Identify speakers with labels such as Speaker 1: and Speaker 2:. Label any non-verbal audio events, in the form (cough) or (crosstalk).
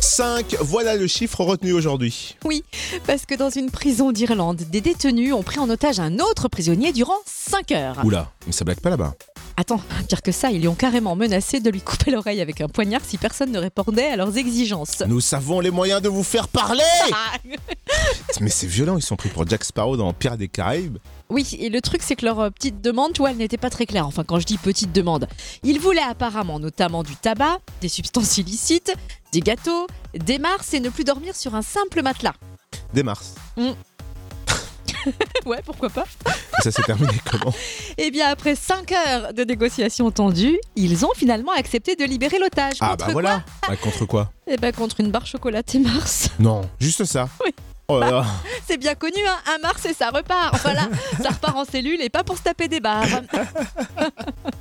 Speaker 1: 5, voilà le chiffre retenu aujourd'hui.
Speaker 2: Oui, parce que dans une prison d'Irlande, des détenus ont pris en otage un autre prisonnier durant 5 heures.
Speaker 1: Ah. Oula, mais ça blague pas là-bas.
Speaker 2: Attends, pire que ça, ils lui ont carrément menacé de lui couper l'oreille avec un poignard si personne ne répondait à leurs exigences.
Speaker 1: Nous savons les moyens de vous faire parler Mais c'est violent, ils sont pris pour Jack Sparrow dans Pierre des Caraïbes.
Speaker 2: Oui, et le truc, c'est que leur euh, petite demande, tu vois, elle n'était pas très claire. Enfin, quand je dis petite demande, ils voulaient apparemment notamment du tabac, des substances illicites, des gâteaux, des marces et ne plus dormir sur un simple matelas.
Speaker 1: Dès mars.
Speaker 2: (laughs) Ouais, pourquoi pas
Speaker 1: Et ça s'est terminé comment
Speaker 2: Eh bien, après 5 heures de négociations tendues, ils ont finalement accepté de libérer l'otage.
Speaker 1: Ah
Speaker 2: Contre
Speaker 1: bah voilà Bah, Contre quoi
Speaker 2: quoi Eh ben, contre une barre chocolatée (laughs) Mars.
Speaker 1: Non, juste ça.
Speaker 2: Oui.
Speaker 1: Oh là là.
Speaker 2: C'est bien connu, hein, un Mars et ça repart. Enfin là, ça repart en cellule et pas pour se taper des barres.